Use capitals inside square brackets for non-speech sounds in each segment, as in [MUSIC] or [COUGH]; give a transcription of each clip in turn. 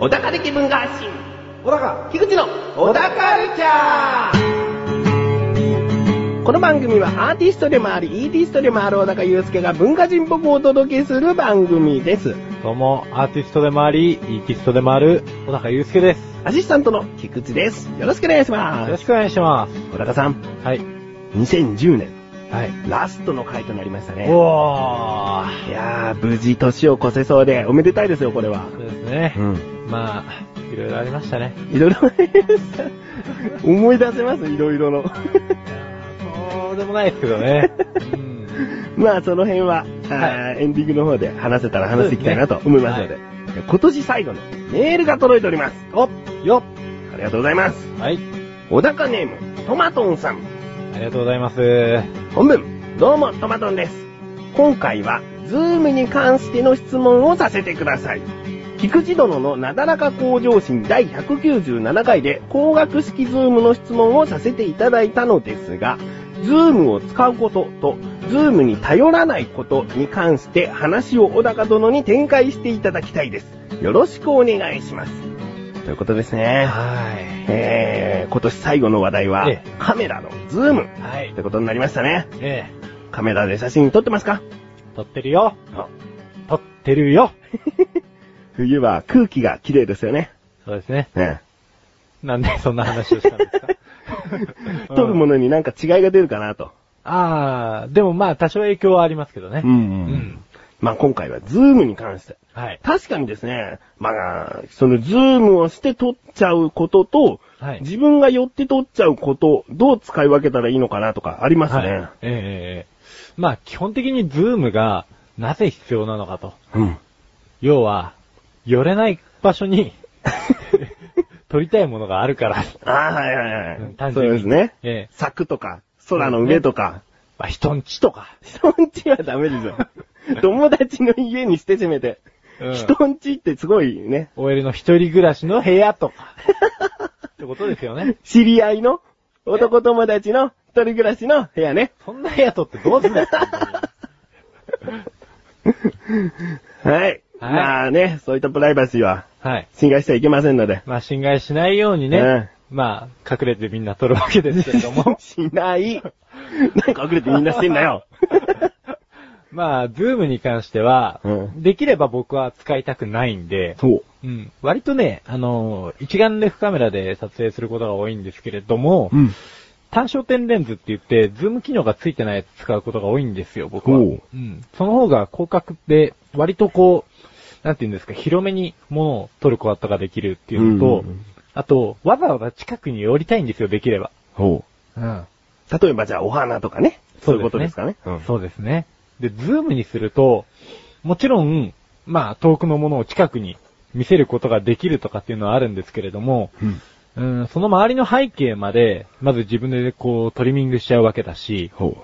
小高で気分が発信。小高菊池の小高カルチャーこの番組はアーティストでもあり、イーティストでもある小高祐介が文化人っぽくお届けする番組です。どうも、アーティストでもあり、イーティストでもある、小高祐介です。アシスタントの菊池です。よろしくお願いしよまろす。しくお願いします。小高さん、はい。 2010年、はい。ラストの回となりましたね。おー。いやー、無事年を越せそうで、おめでたいですよ、これは。そうですね。ん。まあ、いろいろありましたね。いろいろ、 [LAUGHS] 思い出せます、いろいろの。 [LAUGHS] そうでもないですけどね。うん。まあ、その辺は、あーエンディングの方で話せたら話していきたいなと思いますので、そ今年最後のメールが届いております。およありがとうございます。はい。小高ネーム、トマトンさん。ありがとうございます。本文、どうも、トマトンです。今回は、ズームに関しての質問をさせてください。菊池殿のなだらか向上心第197回で工学式ズームの質問をさせていただいたのですが、ズームを使うことと、ズームに頼らないことに関して話を小高殿に展開していただきたいです。よろしくお願いします。ということですね。はえー、今年最後の話題はええ、カメラのズームい。はっい。てことになりましたね。ねカメラで写真撮ってますかえ、撮ってるよ。あ撮ってるよ。冬は空気が綺麗ですよね。そうですね。ねなんでそんな話をしたんですか [LAUGHS] 撮るものになんか違いが出るかなと。あー、でもまあ多少影響はありますけどね。んうん。まあ今回はズームに関して。はい。確かにですね、まあ、そのズームをして撮っちゃうことと、はい自分が寄って撮っちゃうこと、どう使い分けたらいいのかなとかありますね。はい。ええええまあ、基本的にズームがなぜ必要なのかと。うん。要は、寄れない場 [LAUGHS] 所に撮りたいものがあるから。ああ、はいはうんいは単い。そ純うにですね。ええ柵とか、空の上とか、まあ、人んちとか。人んちはダメですよ。 [LAUGHS] 友達の家にしてしめて。うん人んちってすごいね、 OL の一人暮らしの部屋とか。ってことですよね。知り合いの男友達の一人暮らしの部屋ね。そんな部屋撮ってどうすんだよはい。はいまあね、そういったプライバシーははい。侵害してはいけませんので。まあ、侵害しないようにね。え。まあ、隠れてみんな撮るわけですけれども [LAUGHS] しない。なんか隠れてみんなしてんだよ。まあ、ズームに関しては、うんできれば僕は使いたくないんで、そう。うん。割とね、あのー一眼レフカメラで撮影することが多いんですけれども、ん。単焦点レンズって言って、ズーム機能がついてないやつ使うことが多いんですよ、僕は。おう。うんその方が広角って、割とこう、なんて言うんですか、広めに物を撮ることができるっていうのと、うんうんうんあと、わざわざ近くに寄りたいんですよ、できれば。ほうん。う。例えばじゃあお花とかね。そういうことですかね。うんそうですね。で、ズームにすると、もちろん、まあ、遠くのものを近くに見せることができるとかっていうのはあるんですけれども、うん。うん、その周りの背景まで、まず自分でこう、トリミングしちゃうわけだし、ほ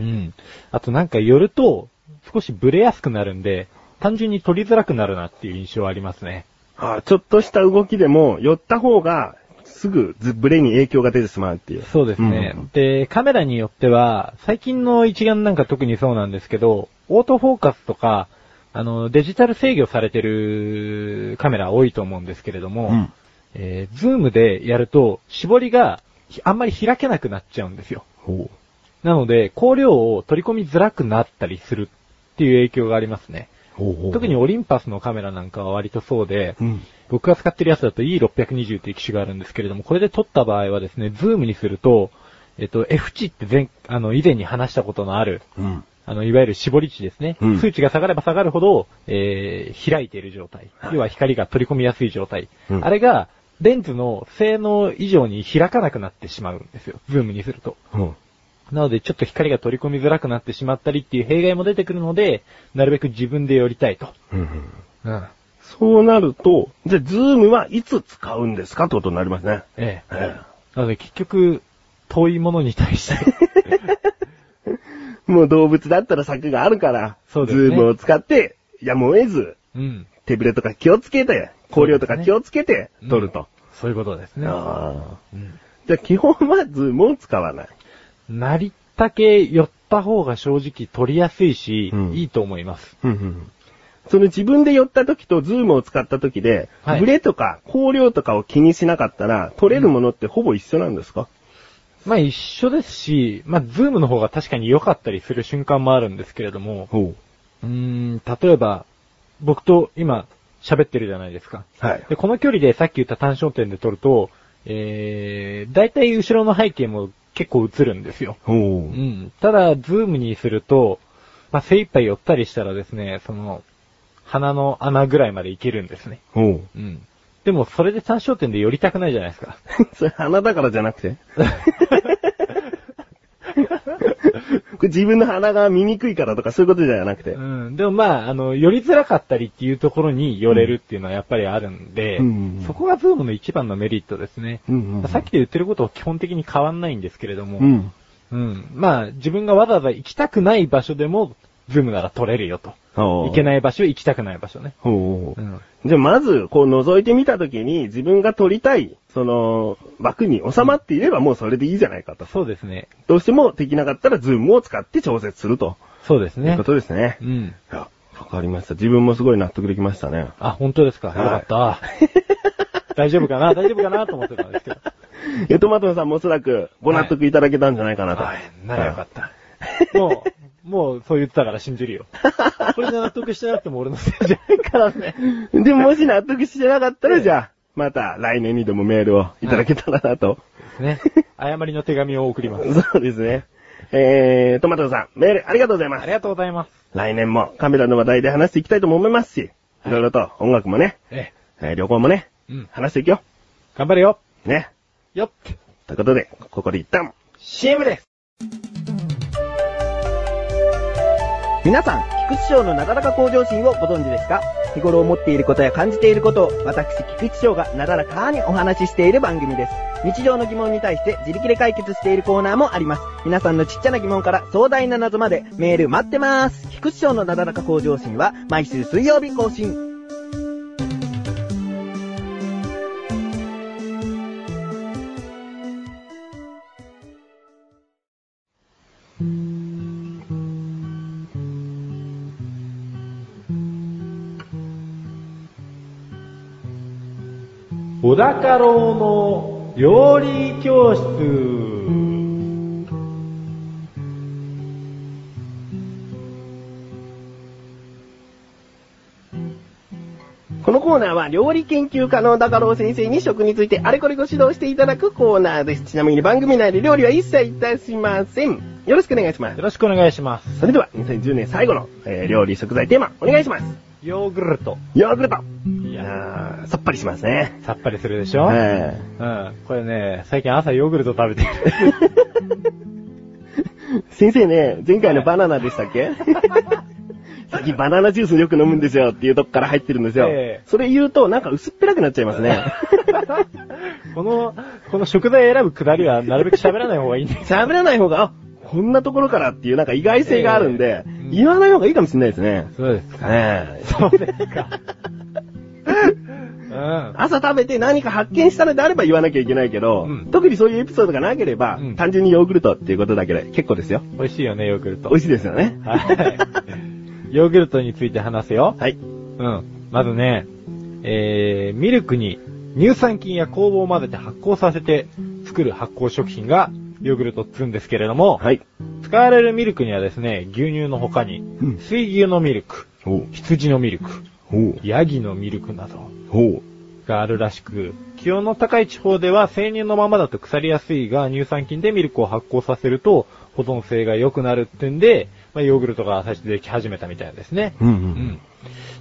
うん。あとなんか寄ると、少しブレやすくなるんで、単純に撮りづらくなるなっていう印象はありますね。う。ああちょっとした動きでも寄った方がすぐずブレに影響が出てしまうっていう。そうですね。んで、カメラによっては、最近の一眼なんか特にそうなんですけど、オートフォーカスとか、あの、デジタル制御されてるカメラ多いと思うんですけれども、うん。えーズームでやると、絞りがひあんまり開けなくなっちゃうんですよ。ほう。なので、光量を取り込みづらくなったりするっていう影響がありますね。ほうほ特に、オリンパスのカメラなんかは割とそうで、うん。僕が使ってるやつだと E620 っていう機種があるんですけれども、これで撮った場合はですね、ズームにすると、えっと、F 値って前、あの、以前に話したことのある、うん。あの、いわゆる絞り値ですね。うん数値が下がれば下がるほど、えー、開いている状態。はい要は光が取り込みやすい状態。うんあれが、レンズの性能以上に開かなくなってしまうんですよ。ズームにすると。うん。なので、ちょっと光が取り込みづらくなってしまったりっていう弊害も出てくるので、なるべく自分で寄りたいと。うん。うん。そうなると、じゃあ、ズームはいつ使うんですかってことになりますね。ええ。えなので結局、遠いものに [LAUGHS] 対して、えもう動物だったら柵があるから、そうですねズームを使って、やむを得ず、うん。手ぶれとか気をつけて、光量とか気をつけて、撮ると。そういうことですね。ああうん。じゃあ基本はズームを使わない。なりったけ寄った方が正直取りやすいし、うんいいと思います。その自分で寄った時とズームを使った時で、はいブレとか光量とかを気にしなかったら、取れるものってほぼ一緒なんですか、まあ一緒ですし、まあズームの方が確かに良かったりする瞬間もあるんですけれども、ほう。うーん、例えば、僕と今喋ってるじゃないですか。はい。で、この距離でさっき言った単焦点で撮ると、えー、だいたい後ろの背景も結構映るんですよ。ほうう。ん。ただ、ズームにすると、まあ、精一杯寄ったりしたらですね、その、鼻の穴ぐらいまでいけるんですね。ほう。うん。でも、それで単焦点で寄りたくないじゃないですか。 [LAUGHS] それ鼻だからじゃなく [LAUGHS] てこれ自分の鼻が見にくいからとかそういうことじゃなくて。うん。でも、まあ、あの、寄りづらかったりっていうところに寄れるっていうのはやっぱりあるんで、うんそこがズームの一番のメリットですね。うんうんさっきで言ってることは基本的に変わんないんですけれども、うん。うん。まあ、自分がわざわざ行きたくない場所でも、ズームなら撮れるよと。行けい。ない場所、行きたくない場所ね。ほうう。ん。じゃあまず、こう覗いてみたときに自分が撮りたい、その、枠に収まっていればもうそれでいいじゃないかと。そうですね。どうしてもできなかったらズームを使って調節すると。そうですいうねこ。とですねう。ん。いや、わかりました。自分もすごい納得できましたね。あ、本当ですか。よはかいった。 [LAUGHS] 大丈夫かな大丈夫かなと思ってたんですけど。え、トマトさんもおそらくご納得いただけたんじゃないかなと。はい。ならよかった。もう、もうそう言ってたから信じる [LAUGHS] よ。これで納得してなくても俺のせいじゃないからね。で、もし納得してなかったら、じゃあ、また来年にでもメールをいただけたらなと。 [LAUGHS] ね。謝りの手紙を送ります。そうですね。えー、トマトさん、メールありがとうございまあすり。がとうございます。来年もカメラの話題で話していきたいとも思いますし、いろいろと音楽もね、ええー旅行もね、え。うん。話していくよ。頑張れよ。ね。よっ。ということで、ここで一旦、 CM です。皆さん、菊池賞のなだらか向上心をご存知ですか日頃思っていることや感じていることを、私、菊池翔がなだらかにお話ししている番組です。日常の疑問に対して自力で解決しているコーナーもあります。皆さんのちっちゃな疑問から壮大な謎までメール待ってます。菊池賞のなだらか向上心は毎週水曜日更新。小高郎の料理教室。このコーナーは料理研究家の高郎先生に食についてあれこれご指導していただくコーナーです。ちなみに番組内で料理は一切いたしません。よろしくお願いしますよ。ろしくお願いします。それでは、2010年最後の、えー料理食材テーマ、お願いします。ヨーグルト。ヨーグルト。いいややー、さっぱりしますね。ー、さっぱりするでしょ、えうん。これね、最近朝ヨーグルト食べてる。え先生ね、前回のバナナでしたっ [LAUGHS] け最近バナナジュースよく飲むんですよっていうとこから入ってるんですよ。ええそれ言うとなんか薄っぺらくなっちゃいますね。 [LAUGHS] この、この食材選ぶくだりはなるべく喋らない方がいいんです。喋らない方が、あ、こんなところからっていうなんか意外性があるんで、ええうん言わない方がいいかもしれないですね。そうです。ええそうですか。うん。 [LAUGHS] 朝食べて何か発見したのであれば言わなきゃいけないけど、うん特にそういうエピソードがなければ、うん単純にヨーグルトっていうことだけで結構ですよ。美味しいよね、ヨーグルト。美味しいですよね。はい。ヨーグルトについて話すよ。はい。うん。まずね、えー、ミルクに乳酸菌や酵母を混ぜて発酵させて作る発酵食品がヨーグルトっつうんですけれども、はい。使われるミルクにはですね、牛乳の他に、ん水牛のミルク、ほう。羊のミルク、ほう。ヤギのミルクなどほう。があるらしく、気温の高い地方では生乳のままだと腐りやすいが、乳酸菌でミルクを発酵させると保存性が良くなるってんで、まあ、ヨーグルトが最初でき始めたみたいですね。うんう。うんん。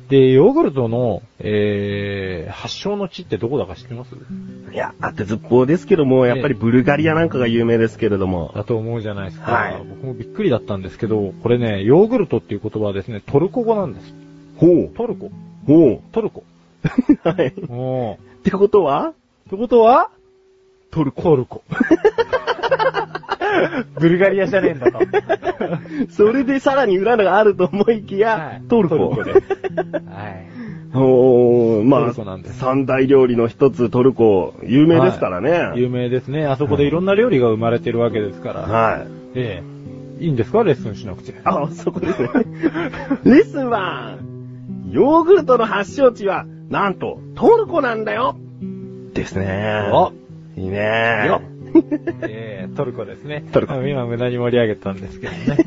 で、ヨーグルトの、えー、発祥の地ってどこだか知ってますいや、あってずっぽうですけども、やっぱりブルガリアなんかが有名ですけれども。だと思うじゃないですか。はい僕もびっくりだったんですけど、これね、ヨーグルトっていう言葉はですね、トルコ語なんです。ほう。トルコ。ほトルコ。う。 [LAUGHS] はい。っおー。ってことはてことはトルコ。トルコ。 [LAUGHS] ブルガリアじゃねえんだと。それでさらに裏のがあると思いきや、 [LAUGHS] はいトルコ。トルコで。はい。おー、トまルコなんであ、す三大料理の一つ、トルコ、有名ですからね。有名ですね。あそこでいろんな料理が生まれてるわけですから。はい。ええ。いいんですかレッスンしなくて。あ、そこですね。 [LAUGHS] レッスンは、ヨーグルトの発祥地は、なんと、トルコなんだよですね。おいいねよ [LAUGHS] ええトルコですね。トルコあの今無駄に盛り上げたんですけど [LAUGHS] ね。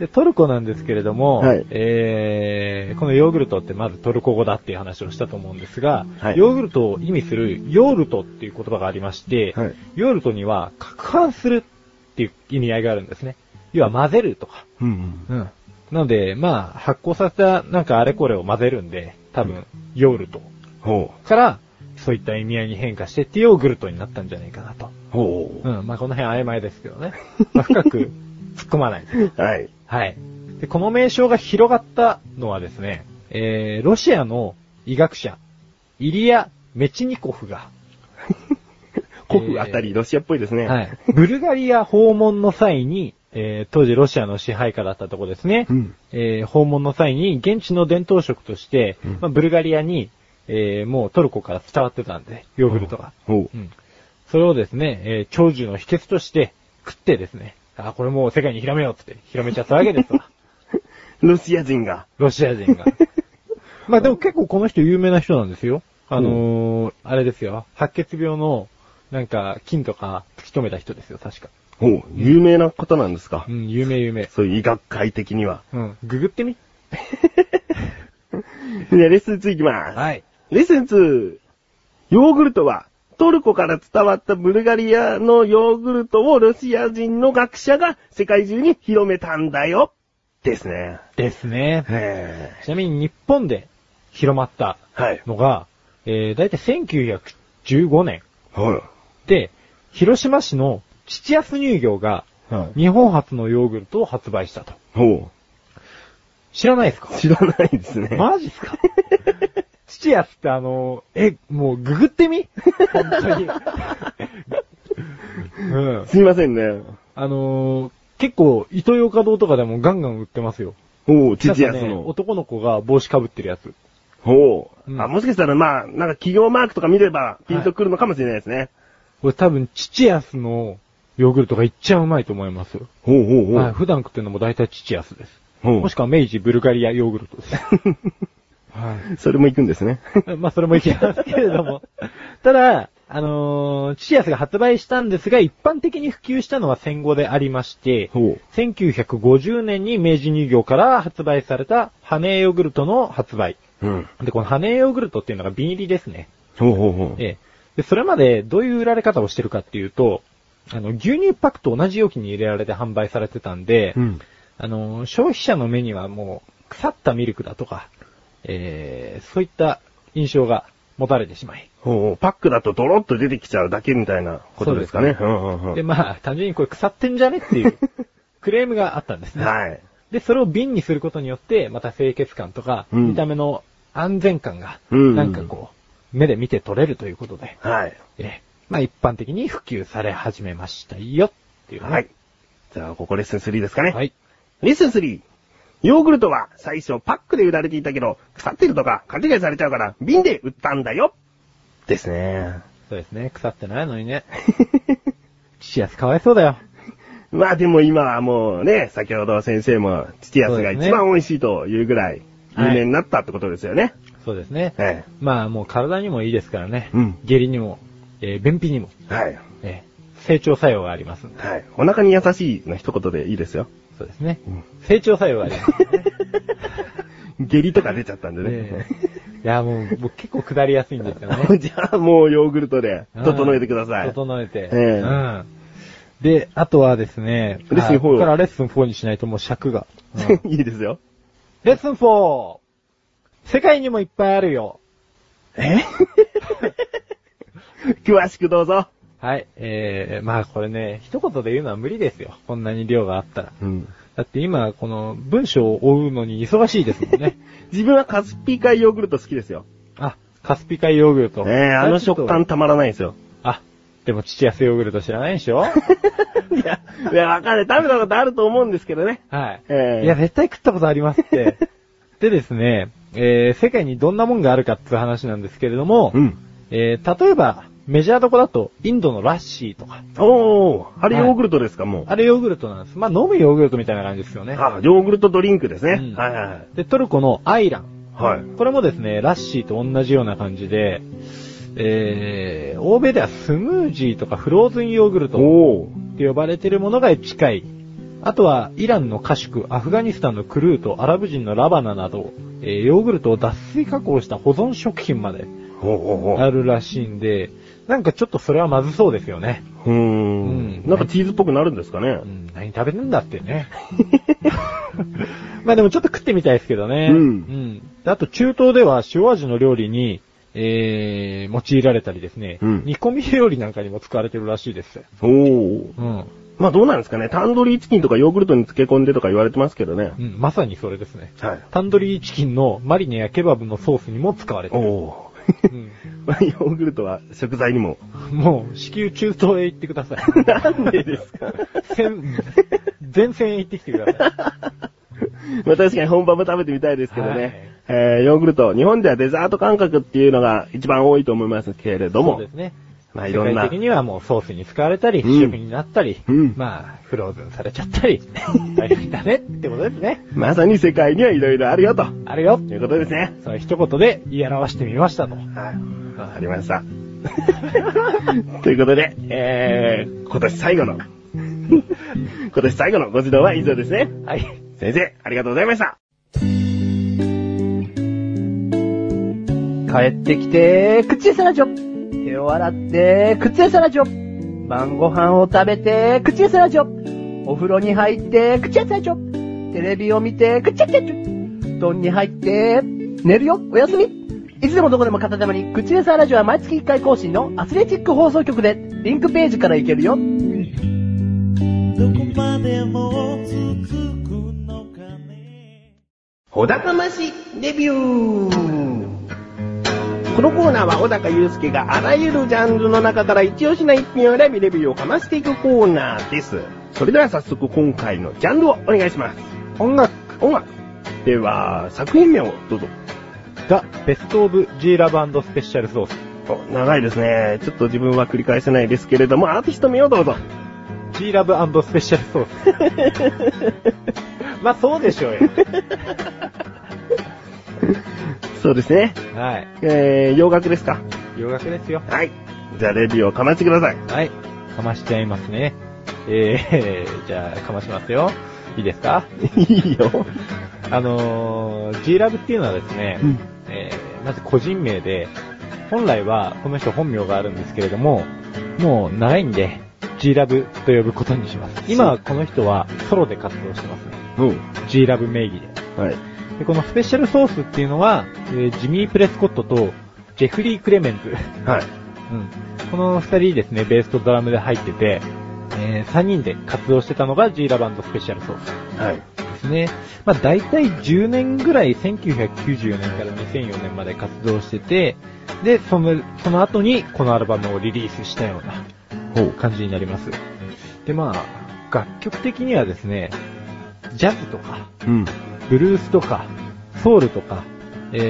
でトルコなんですけれども、はいえーこのヨーグルトってまずトルコ語だっていう話をしたと思うんですが、はいヨーグルトを意味するヨールトっていう言葉がありまして、はいヨールトには攪拌するっていう意味合いがあるんですね。要は混ぜるとか。うん。うん。なので、まあ、発酵させたなんかあれこれを混ぜるんで、多分、ヨールトほから、そういった意味合いに変化してってヨーグルトになったんじゃないかなと。う。ほうん、まあこの辺曖昧ですけどね。まあ深く突っ込まない。う。はい。はい。で、この名称が広がったのはですね、えー、ロシアの医学者、イリア・メチニコフが、国府あたり、ロシアっぽいですね。はい。ブルガリア訪問の際に、えー、当時ロシアの支配下だったとこですね。うんえー、訪問の際に、現地の伝統食として、うんまあ、ブルガリアに、えー、もうトルコから伝わってたんで、ヨーグルトが。ほうん。それをですね、えー長寿の秘訣として食ってですね、あ、これもう世界に広めようっつって広めちゃったわけです [LAUGHS] わ。う。ロシア人が。ロシア人が。 [LAUGHS] まあでも結構この人有名な人なんですよ。あのー、あれですよ。白血病の、なんか、菌とか突き止めた人ですよ、確か。ほう。有名な方なんですかう。ん、有名有名。そういう医学界的には。うん、ググってみ。で、レッスン2いきます。はい。レッスン2。ヨーグルトは、トルコから伝わったブルガリアのヨーグルトをロシア人の学者が世界中に広めたんだよ。ですね。ですね。へちなみに日本で広まったーはい。のが、えー、だいたい1915年。はで、広島市の父安乳業がい。は。日本初のヨーグルトを発売したと。ほ知らないですかう。知らないですね。マジっすか [LAUGHS] 父安ってあの、え、もうググってみ本当に。 [LAUGHS] うん。すいませんね。あのー結構、糸魚カ堂とかでもガンガン売ってますよ。ほう、父安なんかねの。男の子が帽子かぶってるやつ。ほう、うんあ、もしかしたらまあ、なんか企業マークとか見ればピンとくるのかもしれないですね。これ多分、父安のヨーグルトが一番うまいと思いますよ。ほうほうほう。はい、普段食ってるのも大体父安です。ほうもしくは明治ブルガリアヨーグルト [LAUGHS] です。はい。それも行くんですね。 [LAUGHS] まあ、それもいけますけれ [LAUGHS] ども。ただ、あのー、チアスが発売したんですが、一般的に普及したのは戦後でありまして、ほう。 1950年に明治乳業から発売されたハネーヨーグルトの発売。うん。で、このハネーヨーグルトっていうのが瓶入りですね。ほうほうほう。ええ。で、それまでどういう売られ方をしてるかっていうと、あの、牛乳パックと同じ容器に入れられて販売されてたんで、うん。あの、消費者の目にはもう、腐ったミルクだとか、えー、そういった印象が持たれてしまい。ほうほう。パックだとドロッと出てきちゃうだけみたいなことですかね。そううんうんうんで、まあ、単純にこれ腐ってんじゃ [LAUGHS] ねっていうクレームがあったんですね。はい。で、それを瓶にすることによって、また清潔感とか、うん見た目の安全感が、うんなんかこう、目で見て取れるということで、はい。えーまあ一般的に普及され始めましたよっていうね、はい。じゃあ、ここレッスン3ですかね。はい。レッスン 3! ヨーグルトは最初パックで売られていたけど、腐ってるとか勘違いされちゃうから瓶で売ったんだよですね。そうですね。腐ってないの [LAUGHS] にね。父安かわいそうだよ。まあでも今はもうね、先ほど先生も、父安が一番美味しいというぐらい、有名になったってことですよね。そうですね。えまあもう体にもいいですからね。うん下痢にも、えー便秘にも、えはい。えー成長作用がありますんで。はい。お腹に優しいの一言でいいですよ。そうですね。うん成長作用があり [LAUGHS] ます、ね。下痢とか出ちゃったんでえね。ーいやもう僕結構下りやすいんですよ [LAUGHS] ね。じゃあもうヨーグルトで整えてください。整えて。ええうん。で、あとはですね、レッスンあ4ここからレッスン4にしないともう尺が。 [LAUGHS] うんいいですよ。レッスン 4! 世界にもいっぱいあるよ。え [LAUGHS] 詳しくどうぞ。はい、えー、まあこれね、一言で言うのは無理ですよ。こんなに量があったら。うん。だって今、この文章を追うのに忙しいですもんね。 [LAUGHS] 自分はカスピ海ヨーグルト好きですよ。あ、カスピ海ヨーグルト。ねえ、あの食感。たまらないですよ。あ、でも父安ヨーグルト知らないでしょ [LAUGHS] いや、いや、わかんない。食べたことあると思うんですけどね。はい。ええ [LAUGHS] いや、絶対食ったことありますって。でですね、えー世界にどんなもんがあるかっていう話なんですけれども、うん。えー例えば、メジャーどこだと、インドのラッシーとか、おー、あれヨーグルトですか、もう。あれヨーグルトなんです。まあ、飲むヨーグルトみたいな感じですよね。あ、ヨーグルトドリンクですね。うんはいはいはい。で、トルコのアイラン。はい。これもですね、ラッシーと同じような感じで、えー、欧米ではスムージーとかフローズンヨーグルトおー。って呼ばれてるものが近い。あとは、イランのカシュク、アフガニスタンのクルート、アラブ人のラバナなど、えーヨーグルトを脱水加工した保存食品までほうほうほう。あるらしいんで、なんかちょっとそれはまずそうですよね。うーうんん。なんかチーズっぽくなるんですかねう。ん、何食べるんだってね。 [LAUGHS] まあでもちょっと食ってみたいですけどね。うんであと中東では塩味の料理に、えー、用いられたりですね。うん煮込み料理なんかにも使われてるらしいです。おー。うん。まあどうなんですかね。タンドリーチキンとかヨーグルトに漬け込んでとか言われてますけどね。うん、まさにそれですね。はい。タンドリーチキンのマリネやケバブのソースにも使われてる。おー。 [LAUGHS] うんまあヨーグルトは食材にも。もう、至急中東へ行ってください。 [LAUGHS] なんでですか戦前線へ行ってきてください。まあ確かに本場も食べてみたいですけどね。えー、ヨーグルト、日本ではデザート感覚っていうのが一番多いと思いますけれどそうもで、すね。まあい世ろん界な的、にはもうソースに使われたり、うん主婦になったり、うんまあ、フローズンされちゃったり、大変だねってことですね。まさに世界にはいろいろあるよと、あるよ。ということですね。その一言で言い表してみましたと。はい。わかりました。 [LAUGHS] ということで、えー、今年最後の、 [LAUGHS] 今年最後のご指導は以上ですね。はい。先生、ありがとうございました。帰ってきて、口餌ラジオ。手を洗って、口餌ラジオ。晩ご飯を食べて、口餌ラジオ。お風呂に入って、口餌ラジオ。テレビを見て、口餌ラジオ。布団に入って、寝るよ、おやすみ。いつでもどこでも片手間に、口餌ラジオは毎月1回更新のアスレチック放送局で、リンクページから行けるよ。どこまでも続くのかね小高ましデビューこのコーナーは小高祐介があらゆるジャンルの中から一押しな一品を選びレビューをかましていくコーナーです。それでは早速今回のジャンルをお願いします。音楽音楽。では、作品名をどうぞ。がベストオブ G ラブスペシャルソース。お長いですね。ちょっと自分は繰り返せないですけれども、アーティスト名をどうぞ。 G ラブスペシャルソー [LAUGHS] ス。まあそうでしょうよ。そうですね。はい。えー、洋楽ですか洋楽ですよ。はい。じゃあ、レビューをかましてください。はい。かましちゃいますね。えー、 [LAUGHS] じゃあ、かましますよ。いいです [LAUGHS] かいいよ。あのー、G ラブっていうのはですね、うんえー、まず個人名で、本来はこの人本名があるんですけれども、もう長いんで、G ラブと呼ぶことにします。今はこの人はソロで活動してますね。うん。 G ラブ名義で。はい。で、このスペシャルソースっていうのは、えージミー・プレスコットとジェフリー・クレメンズ。はい。うん。この二人ですね、ベースとドラムで入ってて、えー、三人で活動してたのが G ラバンドスペシャルソースはい。ですね。まあ大体10年ぐらい、1994年から2004年まで活動してて、で、その、その後にこのアルバムをリリースしたようなほう。感じになります。で、まあ、楽曲的にはですね、ジャズとか、うん。ブルースとか、ソウルとか、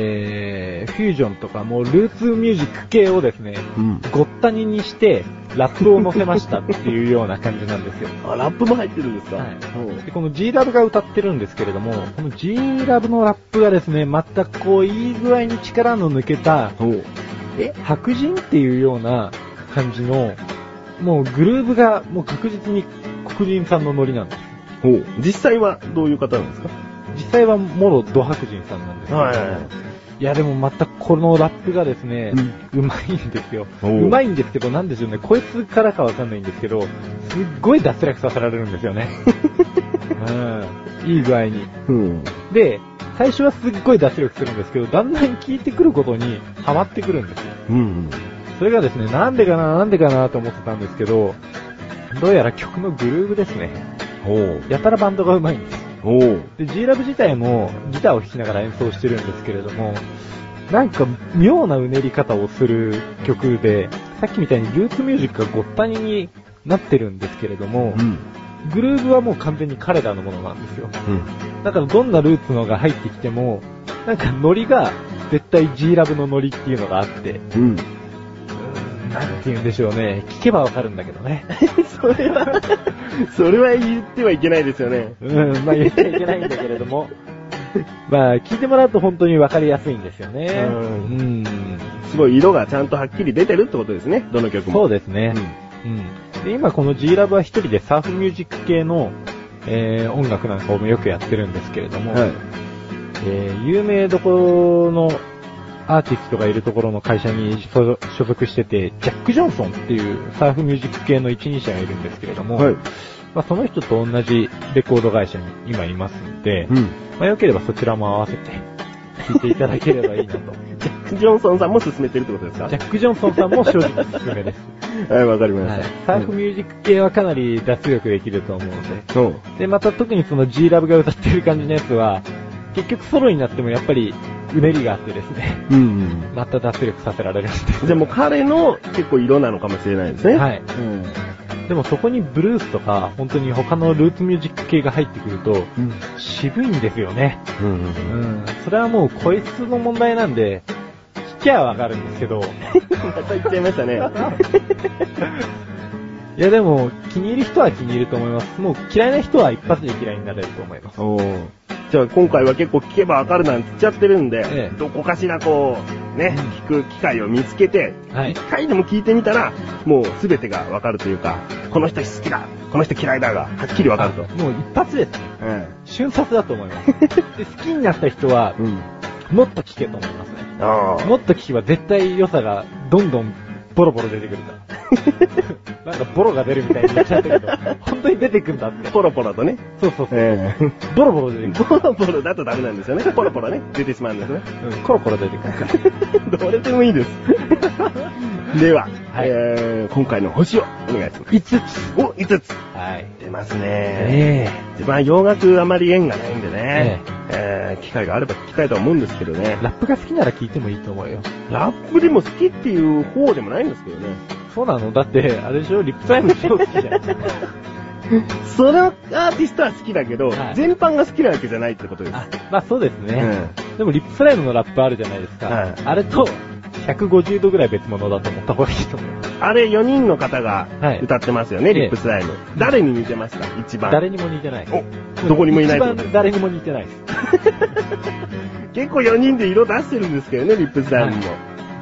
えー、フュージョンとか、もうルーツミュージック系をですね、うん。ごったににして、ラップを乗せましたっていうような感じなんですよ。あ、ラップも入ってるんですかはいほう。でこの G ラブが歌ってるんですけれども、この G ラブのラップがですね、またこう、いい具合に力の抜けた、ほう。え、白人っていうような感じの、もうグルーブがもう確実に黒人さんのノリなんです。ほう。実際はどういう方なんですか実際はもろド白人さんなんですけど、いやでもまたこのラップがですね、うまいんですよ。おううまいんですけど、なんでしょうね、こいつからかわかんないんですけど、すっごい脱落させられるんですよ [LAUGHS] ね。うん。いい具合に。うん。で、最初はすっごい脱力するんですけど、だんだん聞いてくることにハマってくるんですよ。うん。それがですね、なんでかな、なんでかなと思ってたんですけど、どうやら曲のグルーブですね。ほう。やたらバンドがうまいんです。ほう。で、G ラブ自体もギターを弾きながら演奏してるんですけれども、なんか妙なうねり方をする曲で、さっきみたいにルーツミュージックがごったにになってるんですけれども、ん。グルーブはもう完全に彼らのものなんですよ。うん。だからどんなルーツのが入ってきても、なんかノリが、絶対 G ラブのノリっていうのがあって、うん。 [LAUGHS] なんて言うんでしょうね。聞けばわかるんだけどね。それは、それは言ってはいけないですよね。うん、まあ言っちゃいけないんだけれども。 [LAUGHS] まあ、聞いてもらうと本当にわかりやすいんですよね。うんうん。すごい色がちゃんとはっきり出てるってことですね。どの曲そも。うですね。うん。で、今この G ラブは一人でサーフミュージック系の、えー、音楽なんかをよくやってるんですけれども、はい。えー、有名どころのアーティストがいるところの会社に所所属してて、ジャック・ジョンソンっていうサーフミュージック系の一人者がいるんですけれども、はい。まあ、その人と同じレコード会社に今いますんで、うん。まあ、よければそちらも合わせて聞いていただければいいなと。ジャック・ジョンソンさんも勧めてるってことですか [LAUGHS] ジャック・ジョンソンさんも正直おすすめです。はい、わかりまはいし、サた。ーフミュージック系はかなり脱力できると思うので。そう。で、また特にその G ラブが歌ってる感じのやつは、結局ソロになってもやっぱりうねりがあってですね、 [LAUGHS] うん。また脱力させられるんで。じゃあもう彼の結構色なのかもしれないですね。はい。うん。でもそこにブルースとか、本当に他のルーツミュージック系が入ってくると、うん。渋いんですよね。うん。うん。それはもう個室の問題なんで、聞きゃわかるんですけど、また言っちゃいましたね。いやでも、気に入る人は気に入ると思います。もう嫌いな人は一発で嫌いになれると思います。おーじゃあ今回は結構聞けばわかるなんて言っちゃってるんで、ええどこかしらこう、ね、聞く機会を見つけて、はい一。回でも聞いてみたら、もう全てがわかるというか、この人好きだ、この人嫌いだが、はっきりわかると。もう一発です。うん。瞬殺だと思います。 [LAUGHS] で好きになった人は、うん。もっと聞けと思いますね。ああ。もっと聞けば絶対良さがどんどんボロボロ出てくる [LAUGHS] から。なんかボロが出るみたいに言っちゃったけど、本当に出てくんだって。ポロポロとね。そうそうそう。ええ。ボロボロ出てくる。 [LAUGHS] ポロポロだとダメなんですよね。ポロポロね、出てしまうんですね。 [LAUGHS] うん、コロコロ出てく [LAUGHS] るから。どれでもいいです。では、はいえー、今回の星をお願いします。 5つ。お、5つはい。出ますね。えまあ、洋楽あまり縁がないんでねえ、えー、機会があれば聞きたいとは思うんですけどねえ。ラップが好きなら聞いてもいいと思うよ。ラップでも好きっていう方でもないんですけどね。そうなのだって、あれでしょリップタイム超好きじゃん。 [LAUGHS] そのアーティストは好きだけど、はい全般が好きなわけじゃないってことです。あ、まあそうですね。うんでもリップスライムのラップあるじゃないですか。はいあれと、150度ぐらい別物だと思った方がいいと思います。あれ4人の方がはい歌ってますよね、ええリップスライム。誰に似てました一番。誰にも似てない。お、どこにもいない一ってこと番誰にも似てないです。結構4人で色出してるんですけどね、リップスライムも。も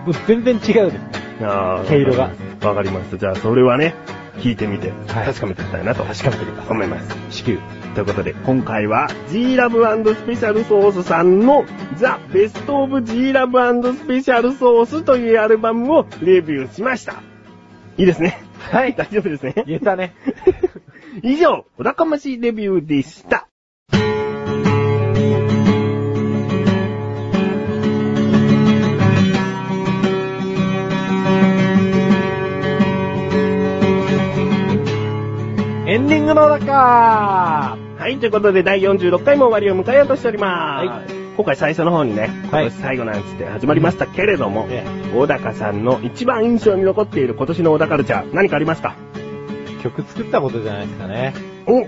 う全然違うですね。あー毛色が。わかりました。じゃあそれはね、聞いてみて、はい確かめていきたいなと確かめてください。思います。至急。ということで、今回は G Love Special Sauce さんの The Best of G Love Special Sauce というアルバムをレビューしました。いいですね。はい。大丈夫ですね。言えたね。以上、おだかましいレビューでした。エンディングの中はい、ということで第46回も終わりを迎えようとしております。今回最初の方にね、今はい年最後なんつって始まりましたけれども、え小高さんの一番印象に残っている今年の小高カルチャー、何かありますか曲作ったことじゃないですかね。お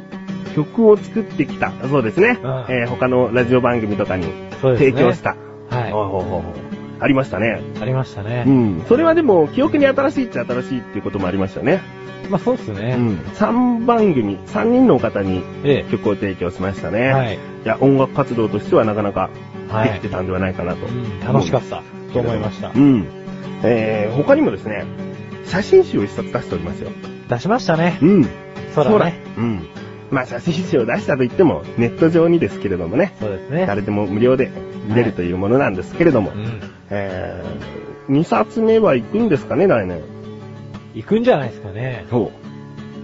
曲を作ってきた。そうですね。うんえー他のラジオ番組とかにそうですね提供した。はい。ほうほうほうほうありましたね。ありましたねう。ん。それはでも、記憶に新しいっちゃ新しいっていうこともありましたね。まあそうっすうね。ん。3番組、3人の方にえ曲を提供しましたえ。ね。はい。いや、音楽活動としてはなかなかはいできてたんではないかなと。うん楽しかった。と思いましたう。ん。えー、他にもですね、写真集を一冊出しておりますよ。出しましたね。うん。そらね。うん。まあ、写真集を出したと言っても、ネット上にですけれどもね、そうですね。誰でも無料で見れるというものなんですけれども、うん。えー、2冊目は行くんですかね、来年。行くんじゃないですかね。そ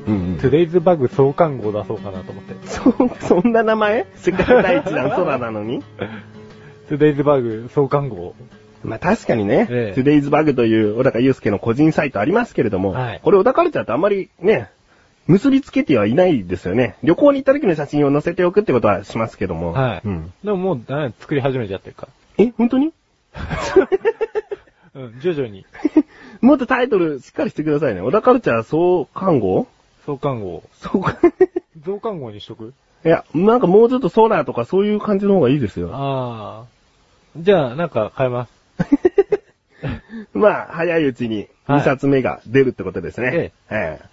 う。うん、うん。 Today's Bug 創刊号出そうかなと思って。そ、 [LAUGHS] そんな名前世界第一弾空なの [LAUGHS] に Today's Bug 創刊号。まあ確かにね、ええ Today's Bug という小高祐介の個人サイトありますけれども、はいこれ小高ルチャーとあんまりね、結びつけてはいないですよね。旅行に行った時の写真を載せておくってことはしますけども。はい。うん、でももう、だね作り始めちゃってるかえ、本当に [LAUGHS] ら。うん、徐々に。もっとタイトルしっかりしてくださいね。小高ルチャー総看護創刊号。総 [LAUGHS] 看増刊号にしとくいや、なんかもうちょっとソーラーとかそういう感じの方がいいですよ。あじゃあ、なんか買えます。まあ、早いうちに2冊目が出るってことですね。えええー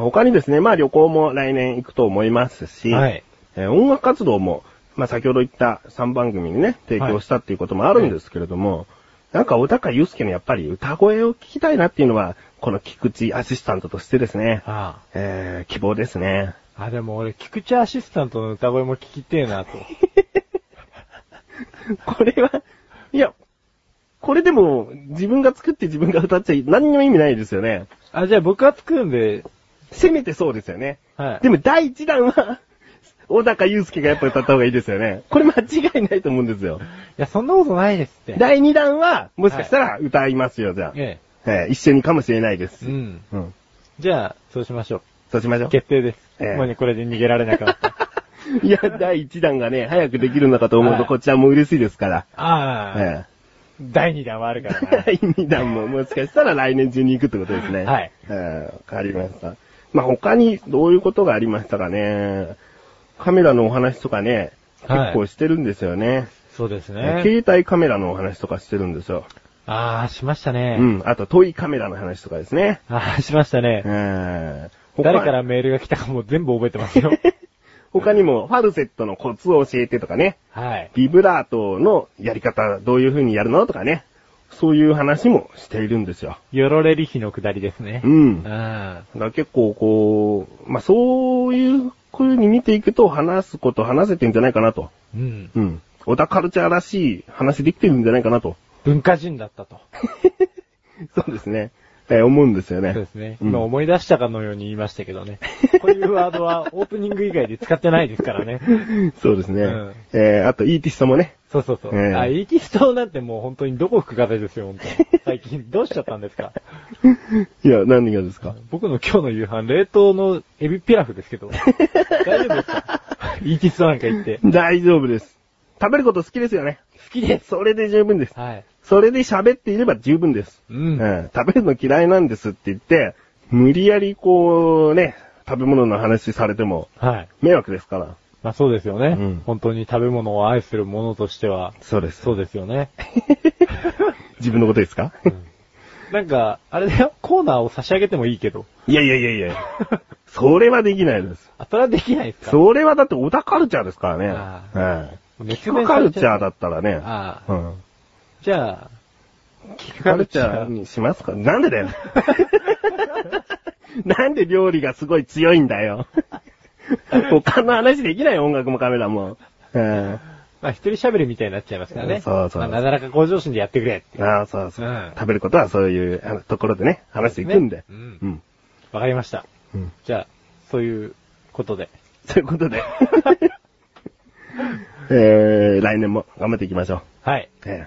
他にですね、まあ旅行も来年行くと思いますし、はいえー音楽活動も、まあ先ほど言った3番組にね、提供したっていうこともあるんですけれども、なんか小高祐介のやっぱり歌声を聞きたいなっていうのは、この菊池アシスタントとしてですね、あえー希望ですね。あ。あ、でも俺、菊池アシスタントの歌声も聞きてえなと。 [LAUGHS] これは、いや、これでも自分が作って自分が歌っちゃ何にも意味ないですよね。あ、じゃあ僕が作るんで、せめてそうですよね。はい。でも第一弾は、小高祐介がやっぱ歌った方がいいですよね。これ間違いないと思うんですよ。いや、そんなことないですって。第二弾は、もしかしたら歌いますよ、じゃあ。えええ一緒にかもしれないでえ。すう。ん。うん。じゃあ、そうしましょそうしましょう。決定です。ええもうね、これで逃げられなかった。う。いや、第一弾がね、早くできるのかと思うはと、いこちらも嬉しいですから。ああ、え第2弾はあるかえら [LAUGHS] な。第二弾も、もしかしたら来年中に行くってことですね。はい。ええわかりました。まあ、他にどういうことがありましたかね。カメラのお話とかね、はい結構してるんですよね。 [LAUGHS] そうですね。携帯カメラのお話とかしてるんですよ。ああ、しましたね。うん。あと、トイカメラの話とかですね。ああ、しましたねう。ん。他誰からメールが来たかも全部覚えてますよ。 [LAUGHS] 他にも、ファルセットのコツを教えてとかね。はい。ビブラートのやり方、どういう風にやるのとかね。そういう話もしているんですよ。よろれり日の下りですねう。ん。うだかん。ら結構こう、まあ、そういう風に見ていくと話すこと話せてんじゃないかなと。うん。うん。小田カルチャーらしい話できてるんじゃないかな [LAUGHS] と。文化人だったと。そうですね。えー思うんですよね。そうですね。うん今思い出したかのように言いましたけ [LAUGHS] どね。こういうワードはオープニング以外で使ってないで [LAUGHS] すからね。そうですね。うんえーあと、イーティストもね。そうそうそう。ええあ、イーキストなんてもう本当にどこ吹く風ですよ、本当最近どうしちゃったんですかいや、何がですか僕の今日の夕飯、冷凍のエビピラフです [LAUGHS] けど。大丈夫ですかイーキストなんか言って。好大丈夫です。食べること好きですよね。きです。それで十分です。はい。それで喋っていれば十分です。う。うんん。食べるの嫌いなんですって言って、無理やりこうね、食べ物の話されてもはい。迷惑ですから。まあそうですよね。うん本当に食べ物を愛する者としては、そうでそうですよね。自分のことですか [LAUGHS] なんか、あれだよ、コーナーを差し上げてもいいけど。いやいやいやいや。それはできない [LAUGHS] です。あ、それはできないですかそれはだってオタカルチャーですからあね。う。うん。熱聞くカルチャーだったらね。ああ。うん。じゃあ、聞くカルチャーにしますかなんで [LAUGHS] だよ。なんで料理がすごい強いんだよ。 [LAUGHS] 他の話できないよ音楽もカメラも。うんまあ一人喋りみたいになっちゃいますからね。そうそうまあなだらか向上心でやってくれって。ああ、そうそう、うん食べることはそういうあのところでね、話していくんで。ねうんうん。わかりました。うん。じゃあ、そういうことで。ということで。 [LAUGHS] えー、来年も頑張っていきましょう。はい。えー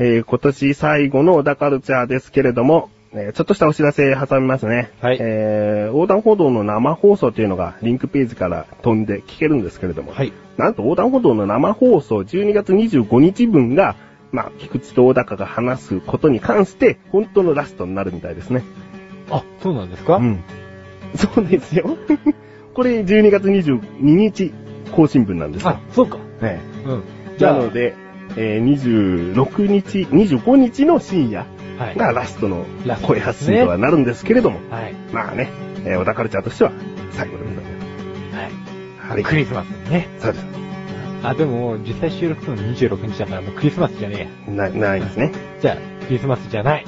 えー今年最後の小田カルチャーですけれども、えーちょっとしたお知らせ挟みますね。はいえー、横断歩道の生放送というのがリンクページから飛んで聞けるんですけれども、はい。なんと横断歩道の生放送12月25日分が、まあ、菊池と小高が話すことに関して、本当のラストになるみたいですね。あ、そうなんですか、うん。そうですよ。 [LAUGHS] これ12月22日更新分なんですよあ。、そうか。えうん。えなので、えー26日、25日の深夜はい。がラストのラスト声発信とはなるんですけれども、はい。まあね、えー小田カルチャーとしては最後でございます。はあい。れクリスマスね。そうです。あ、でも、実際収録するの26日だからもうクリスマスじゃねな、ないですね。えや。じゃあ、クリスマスじゃない。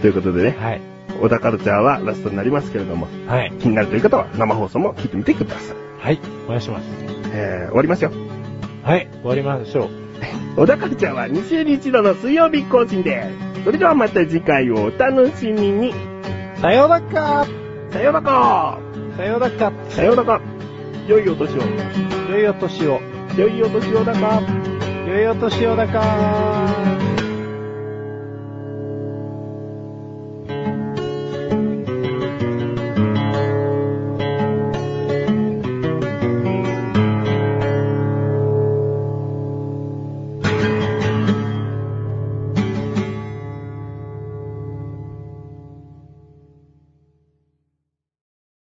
ということでね、はい。小田カルチャーはラストになりますけれども、はい。気になるという方は生放送も聞いてみてください。はい。お願いします。えー終わりますよ。はい。終わりましょう。小田カルチャーは2週に一度の水曜日更新です。それではまた次回をお楽しみに。さようならかさようならさようならかさようなら良いお年を。良いお年を。良いお年をだか。良いお年をだか